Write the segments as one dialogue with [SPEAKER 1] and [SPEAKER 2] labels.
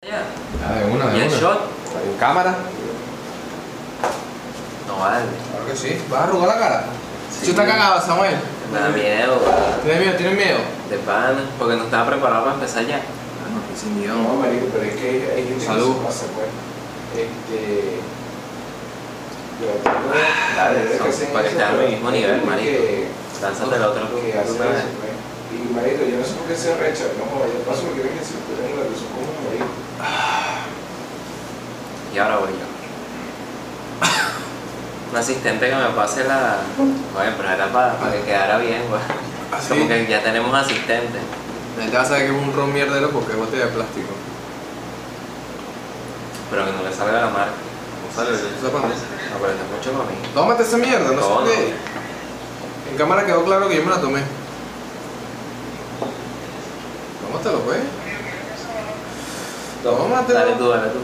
[SPEAKER 1] Ya, Ah, de una, de
[SPEAKER 2] ¿Y el
[SPEAKER 1] una.
[SPEAKER 2] shot?
[SPEAKER 1] ¿En cámara?
[SPEAKER 2] No vale.
[SPEAKER 1] Claro que sí. ¿Vas a arrugar la cara?
[SPEAKER 2] Sí.
[SPEAKER 1] Tú estás cagado, Samuel.
[SPEAKER 2] Me da miedo, güey.
[SPEAKER 1] ¿Tienes miedo? ¿Tienes miedo?
[SPEAKER 2] De pana. Porque no estaba preparado para empezar ya.
[SPEAKER 1] Ah, no, que sin miedo.
[SPEAKER 3] No, marico, pero es que hay gente
[SPEAKER 1] Salud.
[SPEAKER 3] que se pasa, pues. Este. Yo tengo la verga
[SPEAKER 2] son
[SPEAKER 3] que hacen
[SPEAKER 2] para que
[SPEAKER 3] eso,
[SPEAKER 2] estén al
[SPEAKER 3] pero
[SPEAKER 2] mismo
[SPEAKER 3] hay
[SPEAKER 2] nivel,
[SPEAKER 3] gente
[SPEAKER 2] marico.
[SPEAKER 3] que-
[SPEAKER 2] Lánzate la otra.
[SPEAKER 3] que hacen eso, pues. Y marico, yo no sé por qué se recha, no joder, yo paso porque ven que se tengo la luz como marico.
[SPEAKER 2] Y ahora voy yo. Un asistente que me pase la. Bueno, pero era para, para que quedara bien, güey.
[SPEAKER 1] Así.
[SPEAKER 2] Como que ya tenemos asistente.
[SPEAKER 1] La gente va a saber que es un ron mierdero porque es botella de plástico.
[SPEAKER 2] Pero que no le salga la marca. No sale bien.
[SPEAKER 1] Eso es para mí.
[SPEAKER 2] No, pero está mucho para mí.
[SPEAKER 1] Tómate esa mierda, no
[SPEAKER 2] No, no.
[SPEAKER 1] sé qué. En cámara quedó claro que yo me la tomé. Tómatelo, pues. Tómatelo.
[SPEAKER 2] Dale tú, dale tú.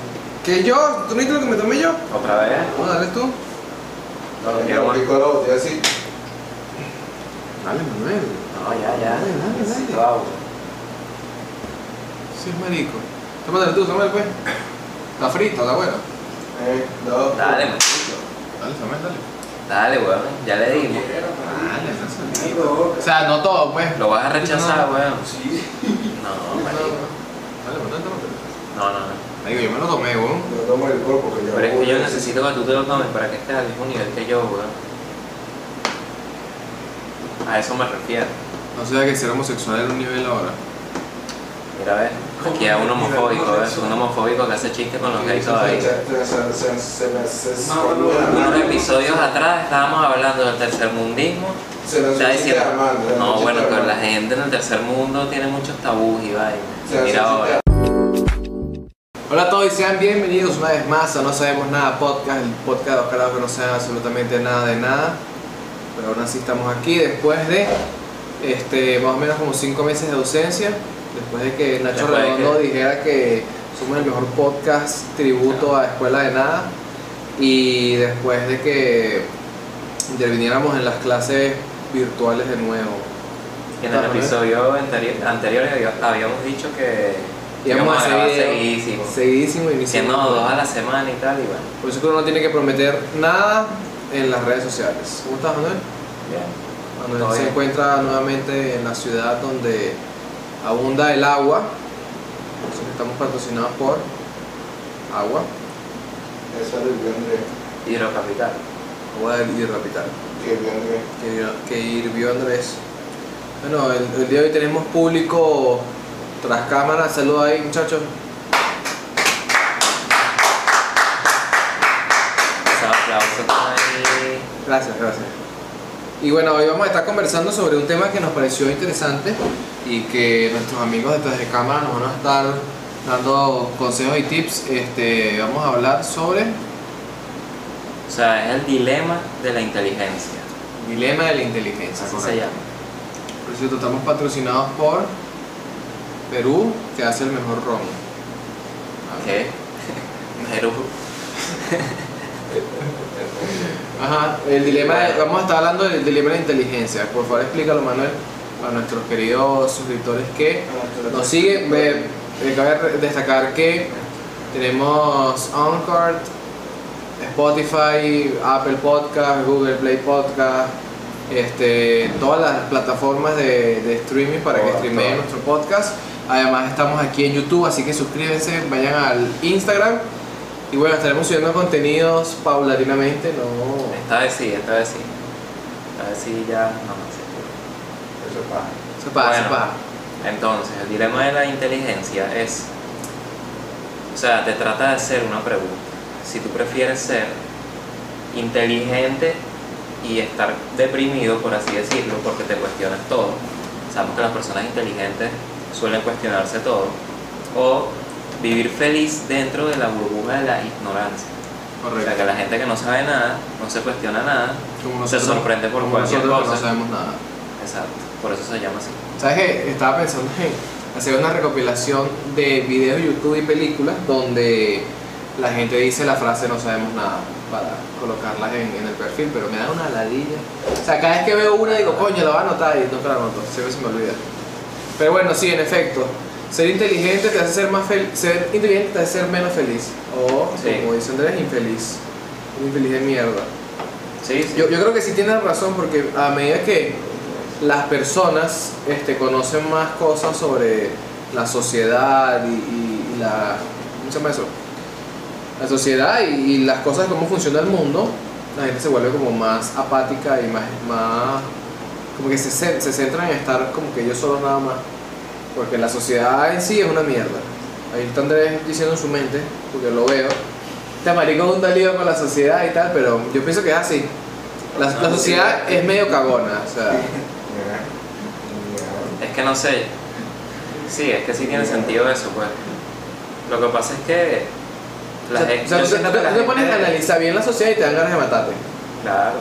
[SPEAKER 1] Que yo, tú no dijiste lo que me tomé yo.
[SPEAKER 2] Otra vez.
[SPEAKER 1] Vamos, dale tú.
[SPEAKER 2] No,
[SPEAKER 3] Yo
[SPEAKER 2] quiero más.
[SPEAKER 3] pico la botella así.
[SPEAKER 1] Dale, Manuel.
[SPEAKER 2] No, ya, ya.
[SPEAKER 1] Dale, dale,
[SPEAKER 2] Necesito
[SPEAKER 1] dale.
[SPEAKER 2] agua.
[SPEAKER 1] Sí, es marico. Tómatelo tú, Samuel, pues. Está frito, está bueno.
[SPEAKER 3] Eh, dos.
[SPEAKER 2] Dale, maldito.
[SPEAKER 1] Dale, Samuel, dale.
[SPEAKER 2] Dale, weón. Ya le dimos.
[SPEAKER 3] Quiero, marico.
[SPEAKER 1] Dale, no
[SPEAKER 3] Ay, loco.
[SPEAKER 1] O sea, no todo, pues.
[SPEAKER 2] Lo vas a rechazar, weón.
[SPEAKER 3] Sí.
[SPEAKER 2] No, marico.
[SPEAKER 1] Dale, Manuel, tómatelo.
[SPEAKER 2] No, no, no.
[SPEAKER 1] Marico, yo me lo tomé, weón.
[SPEAKER 3] Yo tomo el cuerpo porque yo.
[SPEAKER 2] Pero es que yo necesito que tú te lo tomes para que estés al mismo nivel que yo, weón. A eso me refiero.
[SPEAKER 1] No sabía que ser homosexual era un nivel ahora.
[SPEAKER 2] Mira, a ver. Aquí hay un homofóbico, ¿ves? Un homofóbico que hace chistes con los gays todavía.
[SPEAKER 3] Se- se- se- se me- se- se-
[SPEAKER 4] No, no, no, no.
[SPEAKER 2] Unos episodios atrás estábamos hablando del tercermundismo.
[SPEAKER 3] Se nos
[SPEAKER 2] Está
[SPEAKER 3] necesita
[SPEAKER 2] diciendo,
[SPEAKER 3] Armando, se
[SPEAKER 2] no,
[SPEAKER 3] nos
[SPEAKER 2] bueno,
[SPEAKER 3] necesita
[SPEAKER 2] pero la
[SPEAKER 3] Armando.
[SPEAKER 2] gente en el tercer mundo tiene muchos tabús y vainas.
[SPEAKER 3] Se
[SPEAKER 2] Mira
[SPEAKER 3] necesita
[SPEAKER 2] ahora.
[SPEAKER 1] Hola a todos y sean bienvenidos una vez más a No Sabemos Nada Podcast, el podcast de los carajos que no saben absolutamente nada de nada. Pero aún así estamos aquí después de este, más o menos como 5 meses de ausencia, después de que Nacho
[SPEAKER 2] Después de
[SPEAKER 1] Redondo
[SPEAKER 2] que-
[SPEAKER 1] dijera que somos el mejor podcast tributo a Escuela de Nada y después de que interviniéramos en las clases virtuales de nuevo.
[SPEAKER 2] En
[SPEAKER 1] Ah,
[SPEAKER 2] el episodio anteri- anterior había- habíamos dicho que
[SPEAKER 1] Íbamos a hacer
[SPEAKER 2] grabar
[SPEAKER 1] video
[SPEAKER 2] seguidísimo.
[SPEAKER 1] seguidísimo
[SPEAKER 2] Diciendo
[SPEAKER 1] iniciando.
[SPEAKER 2] dos a la semana y tal, y bueno.
[SPEAKER 1] Por eso que uno no tiene que prometer nada en las redes sociales. ¿Cómo estás, Manuel?
[SPEAKER 2] bien.
[SPEAKER 1] Manuel
[SPEAKER 2] Todo
[SPEAKER 1] se
[SPEAKER 2] bien.
[SPEAKER 1] encuentra nuevamente en la ciudad donde abunda el agua. Entonces estamos patrocinados por agua,
[SPEAKER 3] Eso es el grande,
[SPEAKER 2] Hidrocapital.
[SPEAKER 1] agua del hidrocapital,
[SPEAKER 3] que el grande.
[SPEAKER 1] que, que hirvió Andrés. Bueno, el, el día de hoy tenemos público tras cámara. Saludos ahí, muchachos.
[SPEAKER 2] Esos aplausos están ahí.
[SPEAKER 1] Gracias, gracias. Y bueno, hoy vamos a estar conversando sobre un tema que nos pareció interesante y que nuestros amigos detrás de cámara nos van a estar dando consejos y tips. Este, vamos a hablar sobre
[SPEAKER 2] O sea, es el dilema de la inteligencia.
[SPEAKER 1] dilema de la inteligencia.
[SPEAKER 2] Así se
[SPEAKER 1] correcto.
[SPEAKER 2] llama.
[SPEAKER 1] Por cierto, estamos patrocinados por Perú, que hace el mejor ron.
[SPEAKER 2] ¿Qué? Perú.
[SPEAKER 1] Ajá, el dilema, de- vamos a estar hablando del dilema de la inteligencia. Por favor, explícalo, Manuel, a nuestros queridos suscriptores que Nos sigue, me, me cabe destacar que tenemos Oncord, Spotify, Apple Podcast, Google Play Podcast, este, todas las plataformas de, de streaming para que
[SPEAKER 3] Todas,
[SPEAKER 1] streamen
[SPEAKER 3] todas.
[SPEAKER 1] nuestro podcast. Además estamos aquí en YouTube, así que suscríbanse, vayan al Instagram y bueno, estaremos subiendo contenidos paulatinamente, no.
[SPEAKER 2] Esta vez sí, esta vez sí. Esta vez sí ya no no sé.
[SPEAKER 3] Eso es paja.
[SPEAKER 1] Se pasa, se
[SPEAKER 2] Bueno.
[SPEAKER 1] pasa.
[SPEAKER 2] Entonces, el dilema de la inteligencia es, o sea, te trata de hacer una pregunta. Si tú prefieres ser inteligente y estar deprimido, por así decirlo, porque te cuestionas todo. Sabemos que las personas inteligentes suelen cuestionarse todo. O vivir feliz dentro de la burbuja de la ignorancia. O sea,
[SPEAKER 1] Correcto.
[SPEAKER 2] que la gente que no sabe nada, no se cuestiona nada.
[SPEAKER 1] Como
[SPEAKER 2] se sorprende por
[SPEAKER 1] como
[SPEAKER 2] cualquier
[SPEAKER 1] nosotros que
[SPEAKER 2] cosa.
[SPEAKER 1] No sabemos nada.
[SPEAKER 2] Exacto. Por eso se llama así.
[SPEAKER 1] ¿Sabes qué? Estaba pensando en hacer una recopilación de videos de YouTube y películas donde la gente dice la frase no sabemos nada para colocarlas en, en el perfil, pero me da una ladilla. O sea, cada vez que veo una digo, coño, la voy a anotar y no te la anoto, siempre se me olvida. Pero bueno, sí, en efecto, Ser inteligente te hace ser más fel- ser inteligente te hace ser menos feliz. O,
[SPEAKER 2] Sí.
[SPEAKER 1] como dice Andrés, infeliz. Un infeliz de mierda.
[SPEAKER 2] Sí, sí.
[SPEAKER 1] Yo, yo creo que sí tienes razón porque a medida que las personas este, conocen más cosas sobre la sociedad y, y- y la... ¿Cómo se llama eso? La sociedad y, y las cosas, cómo funciona el mundo, la gente se vuelve como más apática y más... más como que se, cen- se centra en estar como que ellos solos nada más. Porque la sociedad en sí es una mierda. Ahí está Andrés diciendo en su mente, porque lo veo. Este marico es un lío con la sociedad y tal, pero yo pienso que es así. La,
[SPEAKER 2] Ah,
[SPEAKER 1] la sociedad es medio cagona, o sea.
[SPEAKER 2] Es que no sé. Sí, es que sí tiene sentido eso, pues. Lo que pasa es que. la
[SPEAKER 1] o sea,
[SPEAKER 2] gente-
[SPEAKER 1] o sea,
[SPEAKER 2] yo
[SPEAKER 1] tú,
[SPEAKER 2] siento que
[SPEAKER 1] tú-
[SPEAKER 2] la
[SPEAKER 1] tú te pones a
[SPEAKER 2] gente-
[SPEAKER 1] analizar bien la sociedad y te dan ganas de matarte.
[SPEAKER 2] Claro.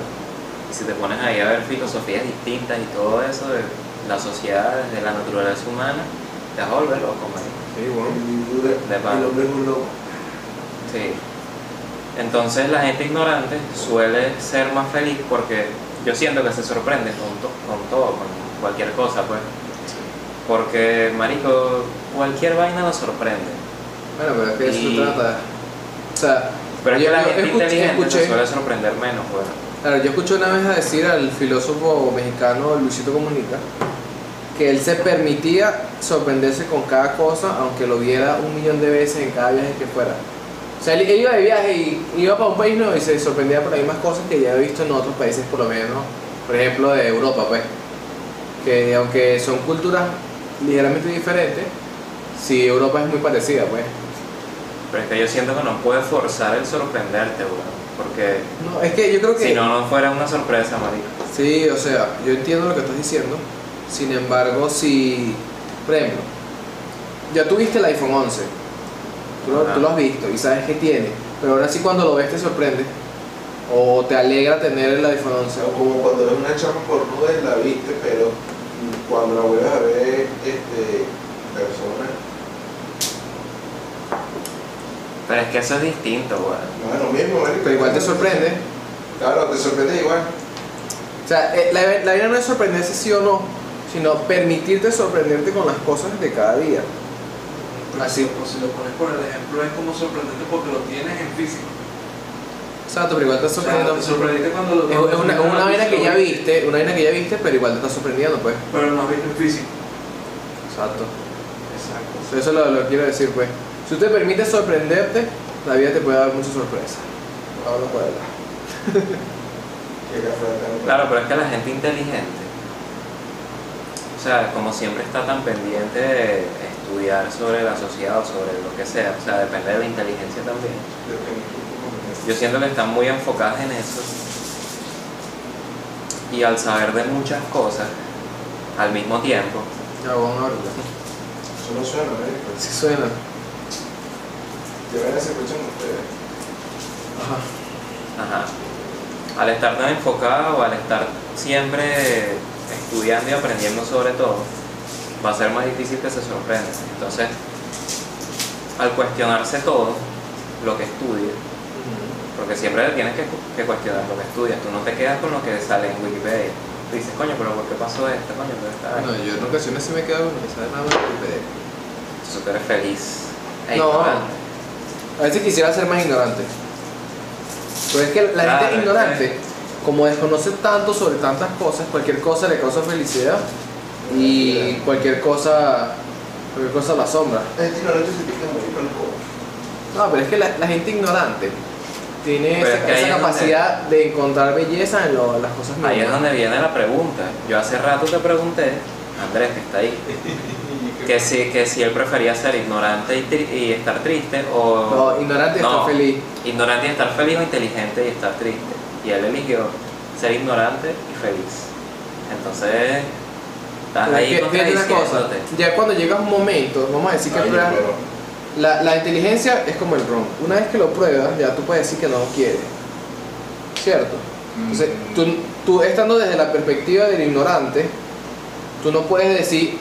[SPEAKER 2] Y si te pones ahí a ver filosofías distintas y todo eso de la sociedad, de la naturaleza humana, te vas a volver loco, marico.
[SPEAKER 1] Sí,
[SPEAKER 2] De pana.
[SPEAKER 3] El hombre es un loco.
[SPEAKER 2] Sí. Entonces la gente ignorante suele ser más feliz porque yo siento que se sorprende con, to- con todo, con cualquier cosa, pues. Porque, marico, cualquier vaina lo sorprende.
[SPEAKER 1] Bueno, pero es que eso
[SPEAKER 2] Y-
[SPEAKER 1] se trata. O sea,
[SPEAKER 2] Pero es
[SPEAKER 1] yo,
[SPEAKER 2] que la
[SPEAKER 1] yo
[SPEAKER 2] gente
[SPEAKER 1] escuché-
[SPEAKER 2] inteligente se
[SPEAKER 1] escuché-
[SPEAKER 2] suele sorprender menos, pues.
[SPEAKER 1] Claro, yo escuché una vez a decir al filósofo mexicano Luisito Comunica que él se permitía sorprenderse con cada cosa, aunque lo viera un millón de veces en cada viaje que fuera. O sea, él, él iba de viaje y iba para un país nuevo y se sorprendía por las mismas cosas que ya había visto en otros países, por lo menos, por ejemplo, de Europa, pues. Que aunque son culturas ligeramente diferentes, sí, Europa es muy parecida, pues.
[SPEAKER 2] Pero es que yo siento que no puedes forzar el sorprenderte, weón. Porque
[SPEAKER 1] No, es que yo creo que...
[SPEAKER 2] si no, no fuera una sorpresa, marico.
[SPEAKER 1] Sí, o sea, yo entiendo lo que estás diciendo. Sin embargo, si, por ejemplo, ya tuviste el iPhone 11, tú lo,
[SPEAKER 2] Ajá.
[SPEAKER 1] tú lo has visto y sabes que tiene, pero ahora sí cuando lo ves te sorprende o te alegra tener el iPhone
[SPEAKER 3] O
[SPEAKER 1] 11.
[SPEAKER 3] sea, como cuando ves una chama cornuda y la viste, pero cuando la vuelves a ver, este, persona,
[SPEAKER 2] Pero es que eso es distinto, weón.
[SPEAKER 3] no es lo mismo, marico.
[SPEAKER 1] Pero igual te sorprende.
[SPEAKER 3] Claro, te sorprende igual.
[SPEAKER 1] O sea, eh, la la idea no es sorprenderse sí o no, sino permitirte sorprenderte con las cosas de cada día. Así.
[SPEAKER 4] Así. pues, Si lo pones por el ejemplo, es como sorprendente porque lo tienes en físico.
[SPEAKER 1] Exacto, pero igual te
[SPEAKER 4] O sea,
[SPEAKER 1] sorprende.
[SPEAKER 4] te sorprendiste cuando lo
[SPEAKER 1] es es una, una vaina que ya viste, una vaina que ya viste, pero igual te está sorprendiendo, pues.
[SPEAKER 4] Pero no viste en físico.
[SPEAKER 1] Exacto.
[SPEAKER 4] Exacto.
[SPEAKER 1] Eso es lo, lo quiero decir, pues. Si usted permite sorprenderte, la vida te puede dar muchas sorpresas. Ahora no puede.
[SPEAKER 3] Que café tan-
[SPEAKER 2] Claro, pero es que la gente inteligente, o sea, como siempre está tan pendiente de estudiar sobre la sociedad o sobre lo que sea, o sea, depende de la inteligencia también. Yo siento que están muy enfocadas en eso. Y al saber de muchas cosas al mismo tiempo,
[SPEAKER 1] Chabón, ahorita.
[SPEAKER 3] Eso no suena, Pues, marico.
[SPEAKER 1] Sí suena.
[SPEAKER 3] Te van a hacer escuchando ustedes.
[SPEAKER 1] Ajá.
[SPEAKER 2] Ajá. Al estar tan enfocado, al estar siempre estudiando y aprendiendo sobre todo, va a ser más difícil que se sorprenda. Entonces, al cuestionarse todo lo que estudies, porque siempre tienes que, cu- que cuestionar lo que estudias, tú no te quedas con lo que sale en Wikipedia. Tú dices, coño, pero ¿por qué pasó esto? Coño, pero esta vaina".
[SPEAKER 1] No, yo en ocasiones sí me quedo con esa nada más de Wikipedia.
[SPEAKER 2] Entonces tú eres feliz. e
[SPEAKER 1] No.
[SPEAKER 2] ignorante.
[SPEAKER 1] A veces quisiera ser más ignorante. Pero es que la
[SPEAKER 2] Claro,
[SPEAKER 1] gente
[SPEAKER 2] es
[SPEAKER 1] ignorante, como desconoce tanto sobre tantas cosas, cualquier cosa le causa felicidad y cualquier cosa, cualquier cosa la asombra.
[SPEAKER 3] Es ignorante se pica morir con el cobo.
[SPEAKER 1] No, pero es que la, la gente ignorante tiene
[SPEAKER 2] Pero
[SPEAKER 1] esa,
[SPEAKER 2] es que ahí
[SPEAKER 1] esa
[SPEAKER 2] es donde-
[SPEAKER 1] capacidad de encontrar belleza en lo- las cosas
[SPEAKER 2] Ahí es
[SPEAKER 1] mínimas.
[SPEAKER 2] donde viene la pregunta. Yo hace rato te pregunté, Andrés, que está ahí, que si, que si él prefería ser ignorante y, tri- y estar triste o...
[SPEAKER 1] No, ignorante
[SPEAKER 2] No.
[SPEAKER 1] está feliz.
[SPEAKER 2] Ignorante y estar feliz o inteligente y estar triste. Y él eligió ser ignorante y feliz. Entonces, estás
[SPEAKER 1] Pero es
[SPEAKER 2] ahí
[SPEAKER 1] que, fíjate una cosa,
[SPEAKER 2] contradiciéndote.
[SPEAKER 1] ya cuando llega un momento, vamos a decir que
[SPEAKER 3] Ay,
[SPEAKER 1] pruebas-
[SPEAKER 3] pero-
[SPEAKER 1] la, la inteligencia es como el ron. Una vez que lo pruebas, ya tú puedes decir que no lo quieres. ¿Cierto? Entonces,
[SPEAKER 3] Mm.
[SPEAKER 1] tú, tú estando desde la perspectiva del ignorante, tú no puedes decir,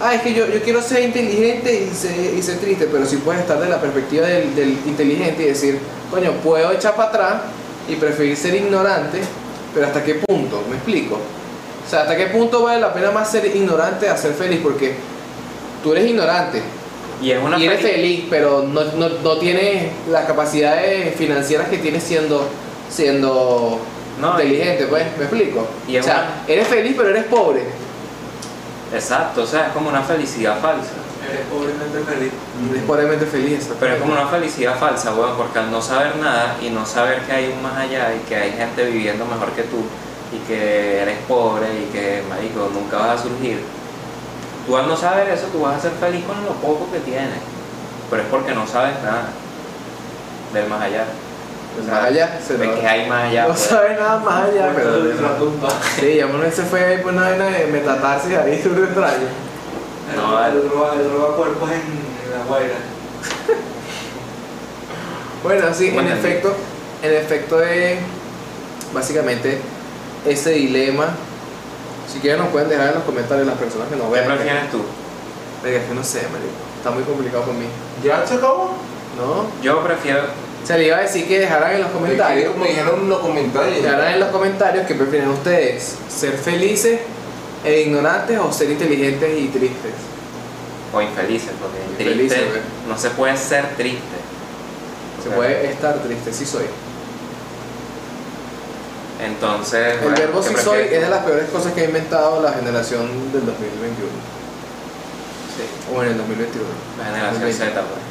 [SPEAKER 1] ah, es que yo, yo quiero ser inteligente y ser, y ser triste, pero sí puedes estar desde la perspectiva del, del inteligente y decir, coño, puedo echar para atrás y preferir ser ignorante, pero ¿hasta qué punto? ¿Me explico? O sea, ¿hasta qué punto vale la pena más ser ignorante a ser feliz? Porque tú eres ignorante
[SPEAKER 2] Y es una
[SPEAKER 1] y eres
[SPEAKER 2] feliz-
[SPEAKER 1] feliz, pero no, no, no tienes las capacidades financieras que tienes siendo siendo
[SPEAKER 2] No, y-
[SPEAKER 1] inteligente, pues, ¿me explico?
[SPEAKER 2] y es
[SPEAKER 1] o sea, eres feliz pero eres pobre.
[SPEAKER 2] Exacto, o sea, es como una felicidad falsa.
[SPEAKER 4] Eres pobremente feliz.
[SPEAKER 1] Eres pobremente feliz, exacto.
[SPEAKER 2] Pero es como una felicidad falsa, weón, porque al no saber nada y no saber que hay un más allá y que hay gente viviendo mejor que tú y que eres pobre y que, marico, nunca vas a surgir, tú al no saber eso, tú vas a ser feliz con lo poco que tienes. Pero es porque no sabes nada del más allá. O sea,
[SPEAKER 1] Más allá, se
[SPEAKER 2] de
[SPEAKER 1] lo-
[SPEAKER 2] que hay más allá.
[SPEAKER 1] no
[SPEAKER 2] pues.
[SPEAKER 1] sabes nada más allá,
[SPEAKER 4] Puesto de
[SPEAKER 1] pero...
[SPEAKER 4] la tumba.
[SPEAKER 1] Sí, ya uno se fue ahí por una vaina de metatarsis ahí, tú extraño.
[SPEAKER 4] El
[SPEAKER 2] No,
[SPEAKER 4] roba-
[SPEAKER 2] el-
[SPEAKER 4] el roba, el roba cuerpos en, en la guaira.
[SPEAKER 1] Bueno, sí, en
[SPEAKER 2] Bueno,
[SPEAKER 1] efecto, en efecto es básicamente ese dilema. Si quieren nos pueden dejar en los comentarios las personas que nos
[SPEAKER 2] ¿Qué
[SPEAKER 1] ven.
[SPEAKER 2] prefieres tú?
[SPEAKER 1] Verga, es que no sé, marico. Está muy complicado para mí.
[SPEAKER 3] ¿Ya se acabó?
[SPEAKER 1] ¿No?
[SPEAKER 2] Yo prefiero...
[SPEAKER 1] Se le iba a decir que dejaran en los comentarios.
[SPEAKER 3] Me dijeron los comentarios.
[SPEAKER 1] Dejaran en los comentarios que prefieren ustedes, ser felices e ignorantes o ser inteligentes y tristes.
[SPEAKER 2] O infelices, porque
[SPEAKER 1] Infelices,
[SPEAKER 2] triste,
[SPEAKER 1] weón.
[SPEAKER 2] no se puede ser triste.
[SPEAKER 1] Se
[SPEAKER 2] O sea,
[SPEAKER 1] puede estar triste, sí soy.
[SPEAKER 2] Entonces,
[SPEAKER 1] El
[SPEAKER 2] bueno,
[SPEAKER 1] verbo
[SPEAKER 2] ¿qué
[SPEAKER 1] sí soy
[SPEAKER 2] prefieres tú?
[SPEAKER 1] es de las peores cosas que ha inventado la generación del 2021. Sí. O en el 2021.
[SPEAKER 2] La generación
[SPEAKER 1] Ok.
[SPEAKER 2] Z, pues.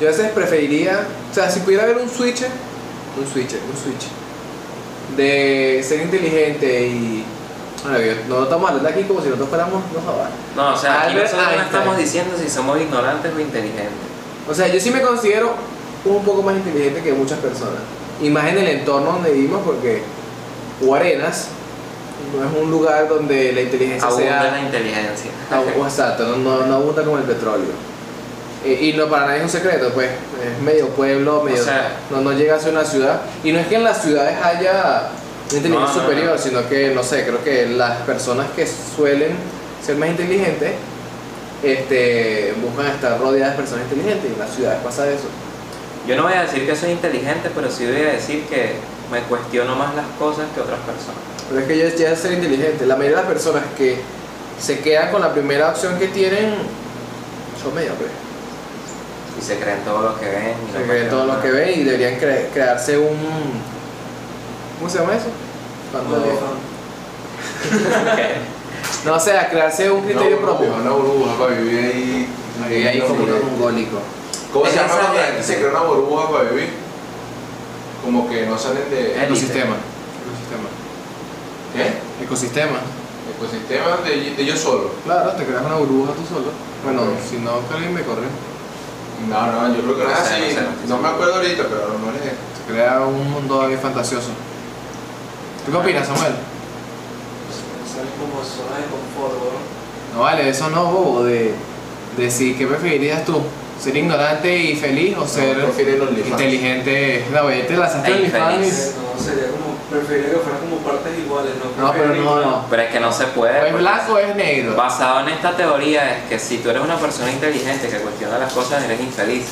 [SPEAKER 1] Yo a veces preferiría, o sea, si pudiera haber un switch, un switch, un switch, de ser inteligente y. Bueno, yo- no estamos hablando aquí como si nosotros fuéramos los jodas.
[SPEAKER 2] No, o sea, aquí
[SPEAKER 1] Albert ah, este.
[SPEAKER 2] nosotros no
[SPEAKER 1] Einstein.
[SPEAKER 2] estamos diciendo si somos ignorantes o inteligentes.
[SPEAKER 1] O sea, yo sí me considero un poco más inteligente que muchas personas. Y más en el entorno donde vivimos, porque Guarenas no es un lugar donde la inteligencia sea.
[SPEAKER 2] Abunda la inteligencia.
[SPEAKER 1] Ah, o- Exacto, no, no, no abunda como el petróleo. Eh, y no para nadie es un secreto, pues es medio pueblo, medio.
[SPEAKER 2] sea-
[SPEAKER 1] no, no llega a ser una ciudad. Y no es que en las ciudades haya
[SPEAKER 2] No, no, no.
[SPEAKER 1] inteligencia superior, sino que, no sé, creo que las personas que suelen ser más inteligentes este, buscan estar rodeadas de personas inteligentes. Y en las ciudades pasa eso.
[SPEAKER 2] Yo no voy a decir que soy inteligente, pero sí voy a decir que me cuestiono más las cosas que otras personas.
[SPEAKER 1] Pero es que ya, ya es ser inteligente. La mayoría de las personas que se quedan con la primera opción que tienen son medio, pues.
[SPEAKER 2] Y se creen todo lo que ven. y no
[SPEAKER 1] Se creen todo lo que
[SPEAKER 2] cuestionan
[SPEAKER 1] ven y deberían cre- crearse un. ¿Cómo se llama eso? Cuando-
[SPEAKER 2] nada.
[SPEAKER 1] No, o sea, crearse un criterio propio.
[SPEAKER 3] Una burbuja para vivir ahí.
[SPEAKER 1] Y ahí como un mongólico.
[SPEAKER 3] ¿Cómo se
[SPEAKER 2] Esa
[SPEAKER 3] llama cuando la
[SPEAKER 2] es-
[SPEAKER 3] gente se crea una burbuja para vivir? Como que no salen de.
[SPEAKER 2] Élite.
[SPEAKER 1] Ecosistema. ¿Eh?
[SPEAKER 3] ¿Qué?
[SPEAKER 1] Ecosistema. Ecosistema.
[SPEAKER 3] Ecosistema de, de ellos solos.
[SPEAKER 1] Claro, te creas una burbuja tú solo. Bueno,
[SPEAKER 3] Ok.
[SPEAKER 1] si no, que alguien me corre.
[SPEAKER 3] No, no, yo creo que no es
[SPEAKER 2] No sé,
[SPEAKER 3] así.
[SPEAKER 2] no sé, no sé.
[SPEAKER 3] Ah, No me acuerdo ahorita, pero no es.
[SPEAKER 1] Se crea un mundo ahí fantasioso. ¿Tú qué opinas, Samuel?
[SPEAKER 4] Sale como zona de confort, weón.
[SPEAKER 1] No vale, eso no, bobo. De decir, ¿qué preferirías tú? ¿Ser ignorante y feliz o ser
[SPEAKER 3] prefieren los OnlyFans.
[SPEAKER 1] inteligente? No, güey, te lanzaste
[SPEAKER 2] E
[SPEAKER 1] en
[SPEAKER 2] infeliz.
[SPEAKER 1] OnlyFans.
[SPEAKER 4] Eh, No, sería como, preferiría que fueran como partes iguales, ¿no?
[SPEAKER 1] No, pero no, no.
[SPEAKER 2] Pero es que no se puede.
[SPEAKER 1] O es
[SPEAKER 2] porque-
[SPEAKER 1] Pues, blanco o es negro.
[SPEAKER 2] Basado en esta teoría es que si tú eres una persona inteligente que cuestiona las cosas, eres infeliz.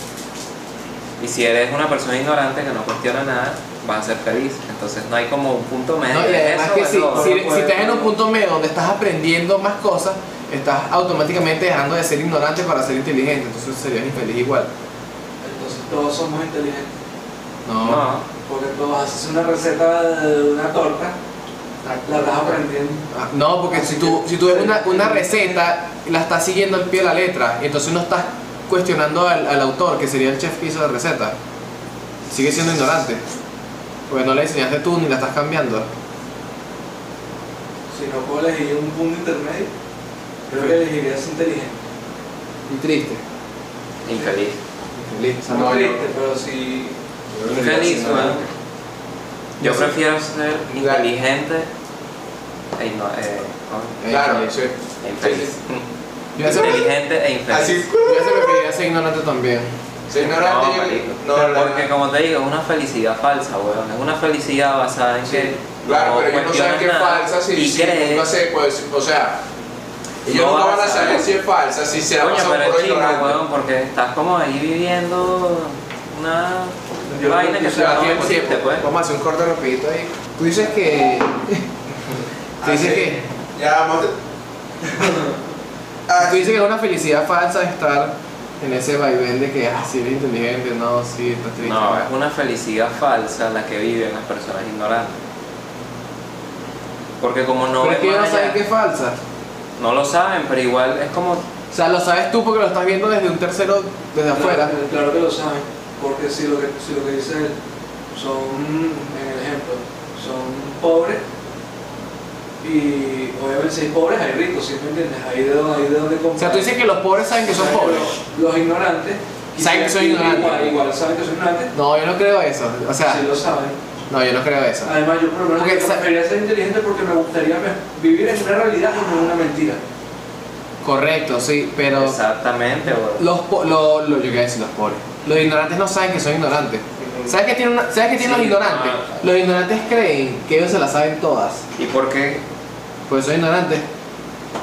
[SPEAKER 2] Y si eres una persona ignorante que no cuestiona nada, vas a ser feliz. Entonces no hay como un punto medio.
[SPEAKER 1] No, y
[SPEAKER 2] ¿Es
[SPEAKER 1] además
[SPEAKER 2] eso
[SPEAKER 1] que
[SPEAKER 2] o es
[SPEAKER 1] si,
[SPEAKER 2] lo otro?
[SPEAKER 1] si,
[SPEAKER 4] no
[SPEAKER 1] si
[SPEAKER 4] puede,
[SPEAKER 1] estás en
[SPEAKER 4] no.
[SPEAKER 1] un punto medio donde estás aprendiendo más cosas, estás automáticamente dejando de ser ignorante para ser inteligente, entonces serías infeliz igual.
[SPEAKER 4] Entonces todos somos inteligentes.
[SPEAKER 1] No.
[SPEAKER 2] No,
[SPEAKER 4] Porque todos haces una receta de una torta, la estás aprendiendo.
[SPEAKER 1] Ah, No, porque si tú, si tú ves una, una receta y la estás siguiendo al pie de la letra, entonces no estás cuestionando al, al autor, que sería el chef que hizo la receta. Sigue siendo ignorante. Porque no la enseñaste tú ni la estás cambiando.
[SPEAKER 4] Si no puedo elegir un punto intermedio, creo que elegirías inteligente.
[SPEAKER 1] Y triste.
[SPEAKER 2] infeliz.
[SPEAKER 1] Infeliz.
[SPEAKER 3] No, yo-
[SPEAKER 4] No triste, pero si
[SPEAKER 2] Infeliz, weón. Yo prefiero ser
[SPEAKER 3] Claro.
[SPEAKER 2] inteligente e igno- eh, ¿cómo?
[SPEAKER 3] Claro, sí.
[SPEAKER 2] E infeliz.
[SPEAKER 1] Yo a veces
[SPEAKER 2] Inteligente e infeliz.
[SPEAKER 3] Así.
[SPEAKER 1] yo a veces preferiría ser ignorante también.
[SPEAKER 3] Soy
[SPEAKER 2] No,
[SPEAKER 3] ignorante.
[SPEAKER 2] marico.
[SPEAKER 3] yo- No, la-
[SPEAKER 2] porque como te digo, es una felicidad falsa, weón. Es una felicidad basada en
[SPEAKER 3] Sí.
[SPEAKER 2] que.
[SPEAKER 3] Claro, pero ellos no saben
[SPEAKER 2] cuestionas
[SPEAKER 3] que es
[SPEAKER 2] nada
[SPEAKER 3] falsa, si,
[SPEAKER 2] y
[SPEAKER 3] si-
[SPEAKER 2] crees.
[SPEAKER 3] no sé, pues, o sea, ellos
[SPEAKER 2] No
[SPEAKER 3] nunca
[SPEAKER 2] van
[SPEAKER 3] van
[SPEAKER 2] a
[SPEAKER 3] a saber
[SPEAKER 2] saber.
[SPEAKER 3] si es falsa, si se la
[SPEAKER 2] Coño,
[SPEAKER 3] pasan
[SPEAKER 2] pero
[SPEAKER 3] por
[SPEAKER 2] es chingo,
[SPEAKER 3] ignorante.
[SPEAKER 2] weón, porque estás como ahí viviendo una
[SPEAKER 4] Yo
[SPEAKER 2] vaina
[SPEAKER 4] creo
[SPEAKER 2] que
[SPEAKER 4] que
[SPEAKER 2] se
[SPEAKER 4] ya
[SPEAKER 2] llama
[SPEAKER 4] tiene
[SPEAKER 2] consciente, pues.
[SPEAKER 1] Vamos a hacer un corte rapidito ahí. Tú dices que. Tú
[SPEAKER 3] Así,
[SPEAKER 1] dices que.
[SPEAKER 3] Ya vamos, Ah,
[SPEAKER 1] Tú dices que es una felicidad falsa estar en ese vaivén de que, ah, sí, eres inteligente, no, sí, estás triste.
[SPEAKER 2] No, es una felicidad falsa la que viven las personas ignorantes. Porque como no
[SPEAKER 1] Pero
[SPEAKER 2] ven
[SPEAKER 1] es que ellos
[SPEAKER 2] más
[SPEAKER 1] no saben
[SPEAKER 2] allá-
[SPEAKER 1] que es falsa.
[SPEAKER 2] no lo saben, pero igual es como
[SPEAKER 1] O sea, lo sabes tú porque lo estás viendo desde un tercero, desde afuera.
[SPEAKER 4] Claro, claro que lo saben, porque si lo que, si lo que dice él, son, en el ejemplo, son pobres, y obviamente si hay pobres hay ricos, ¿sí me entiendes? Ahí de, donde- ahí de donde
[SPEAKER 1] O sea, tú dices que los pobres saben que son pobres.
[SPEAKER 4] Los, los ignorantes.
[SPEAKER 1] Saben que son
[SPEAKER 4] igual-
[SPEAKER 1] ignorantes.
[SPEAKER 4] Igual, saben que son ignorantes,
[SPEAKER 1] No, yo no creo eso. O sea,
[SPEAKER 4] sí lo saben.
[SPEAKER 1] no, yo no creo eso.
[SPEAKER 4] Además, yo por lo menos
[SPEAKER 1] Porque
[SPEAKER 4] me
[SPEAKER 1] sa-
[SPEAKER 4] preferiría ser inteligente porque me gustaría me- vivir en una realidad y no en una mentira.
[SPEAKER 1] Correcto, sí, pero
[SPEAKER 2] exactamente, bro.
[SPEAKER 1] los po- lo, lo- yo quería decir los pobres. Los ignorantes no saben que son ignorantes. ¿Sabes qué tienen, una- ¿sabes qué tienen
[SPEAKER 2] Sí,
[SPEAKER 1] los ignorantes?
[SPEAKER 2] ah.
[SPEAKER 1] Los ignorantes creen que ellos se las saben todas.
[SPEAKER 2] ¿Y por qué?
[SPEAKER 1] Pues son ignorantes.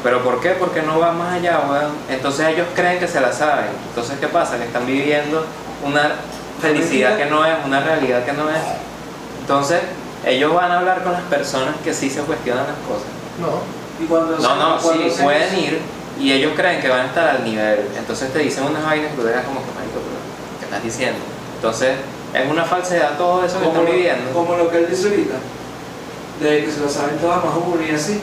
[SPEAKER 2] ¿Pero por qué? Porque no va más allá, weón. Entonces ellos creen que se la saben. Entonces, ¿qué pasa? Que están viviendo una felicidad que no es, una realidad que no es. Entonces, ellos van a hablar con las personas que sí se cuestionan las cosas.
[SPEAKER 1] No.
[SPEAKER 4] Y cuando
[SPEAKER 2] No,
[SPEAKER 4] sean-
[SPEAKER 2] no,
[SPEAKER 4] cuando
[SPEAKER 2] sí,
[SPEAKER 4] sean-
[SPEAKER 2] pueden ir y ellos creen que van a estar al nivel. Entonces te dicen unas vainas que tú te quedas como que, marico, pero, ¿qué estás diciendo? Entonces, es una falsedad todo eso que
[SPEAKER 4] como
[SPEAKER 2] están
[SPEAKER 4] lo,
[SPEAKER 2] viviendo.
[SPEAKER 4] como lo que él dice ahorita, de que se lo saben todas más uno y así.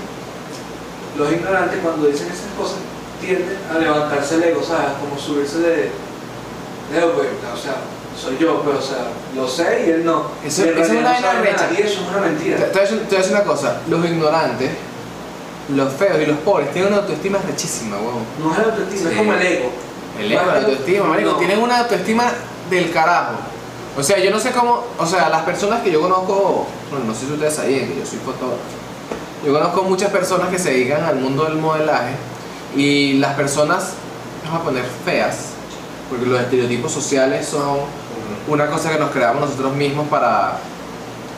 [SPEAKER 4] Los ignorantes cuando dicen esas cosas tienden a levantarse el ego, ¿sabes? Como subirse de, de ego, pues, o sea, soy yo, pero o sea, lo sé y él no.
[SPEAKER 1] Eso-
[SPEAKER 4] Y en
[SPEAKER 1] eso es
[SPEAKER 4] realidad
[SPEAKER 1] una
[SPEAKER 4] no sabe
[SPEAKER 1] vaina
[SPEAKER 4] nada,
[SPEAKER 1] recha.
[SPEAKER 4] Y eso es una
[SPEAKER 1] Te,
[SPEAKER 4] mentira.
[SPEAKER 1] te voy a decir- te voy a decir una cosa. Los ignorantes, los feos y los pobres tienen una autoestima rechísima, huevón.
[SPEAKER 4] No es la autoestima,
[SPEAKER 2] Sí.
[SPEAKER 4] es como el ego.
[SPEAKER 1] El ego, la
[SPEAKER 4] Bueno,
[SPEAKER 1] autoestima, marico,
[SPEAKER 4] no.
[SPEAKER 1] tienen una autoestima del carajo. O sea, yo no sé cómo, o sea, las personas que yo conozco, bueno, no sé si ustedes sabían que yo soy fotógrafo. Yo conozco muchas personas que se dedican al mundo del modelaje y las personas, vamos a poner feas, porque los estereotipos sociales son una cosa que nos creamos nosotros mismos para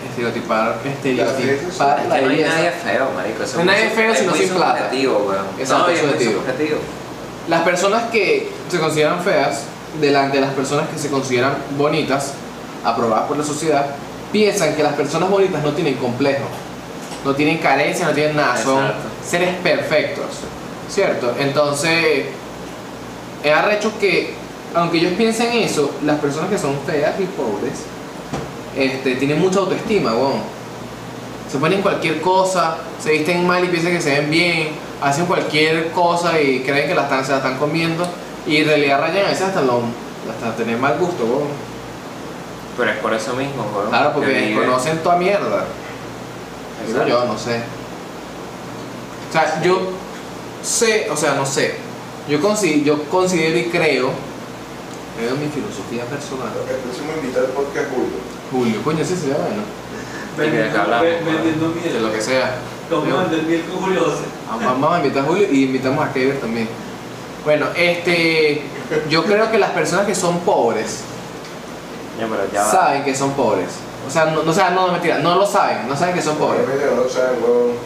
[SPEAKER 1] estereotipar, estereotipar
[SPEAKER 2] Es
[SPEAKER 1] la
[SPEAKER 2] que no hay
[SPEAKER 1] belleza.
[SPEAKER 2] nadie feo, marico. Eso
[SPEAKER 1] No hay nadie
[SPEAKER 2] es-
[SPEAKER 1] feo,
[SPEAKER 2] es
[SPEAKER 1] sino
[SPEAKER 2] muy
[SPEAKER 1] sin plata.
[SPEAKER 2] subjetivo, weón.
[SPEAKER 1] Exacto,
[SPEAKER 2] No, y es muy
[SPEAKER 1] subjetivo.
[SPEAKER 2] subjetivo.
[SPEAKER 1] Las personas que se consideran feas, delante de las personas que se consideran bonitas, aprobadas por la sociedad, piensan que las personas bonitas no tienen complejos, no tienen carencias, no tienen nada, son
[SPEAKER 2] Exacto.
[SPEAKER 1] seres perfectos, ¿cierto? Entonces, es arrecho que, aunque ellos piensen eso, las personas que son feas y pobres, este, tienen mucha autoestima, weón. Se ponen cualquier cosa, se visten mal y piensan que se ven bien, hacen cualquier cosa y creen que la están, se la están comiendo y en realidad rayan a veces hasta, lo, hasta tener mal gusto, weón.
[SPEAKER 2] Pero es por eso mismo, weón.
[SPEAKER 1] Claro, porque
[SPEAKER 2] que viven-
[SPEAKER 1] desconocen toda mierda. Digo
[SPEAKER 2] Exacto.
[SPEAKER 1] yo, no sé. O sea, yo sé, o sea, no sé. Yo, consi- yo considero y creo, creo en mi filosofía personal.
[SPEAKER 3] El próximo invitado al podcast Julio.
[SPEAKER 1] Julio, coño, ese sería bueno.
[SPEAKER 2] ¿De qué hablamos, pues,
[SPEAKER 4] ven-
[SPEAKER 2] weón?
[SPEAKER 4] vendiendo
[SPEAKER 1] De lo que
[SPEAKER 4] miel.
[SPEAKER 1] sea.
[SPEAKER 4] Como
[SPEAKER 1] Digo,
[SPEAKER 4] vender miel con Julio José.
[SPEAKER 1] Ah, Vamos a invitar a Julio y invitamos a Kevin también. Bueno, este. Yo creo que las personas que son pobres
[SPEAKER 2] Ya, pero ya va.
[SPEAKER 1] saben que son pobres. O sea, no, no, o sea, no, mentira, no lo saben, no saben que son pobres.
[SPEAKER 3] Obviamente no lo saben, weón.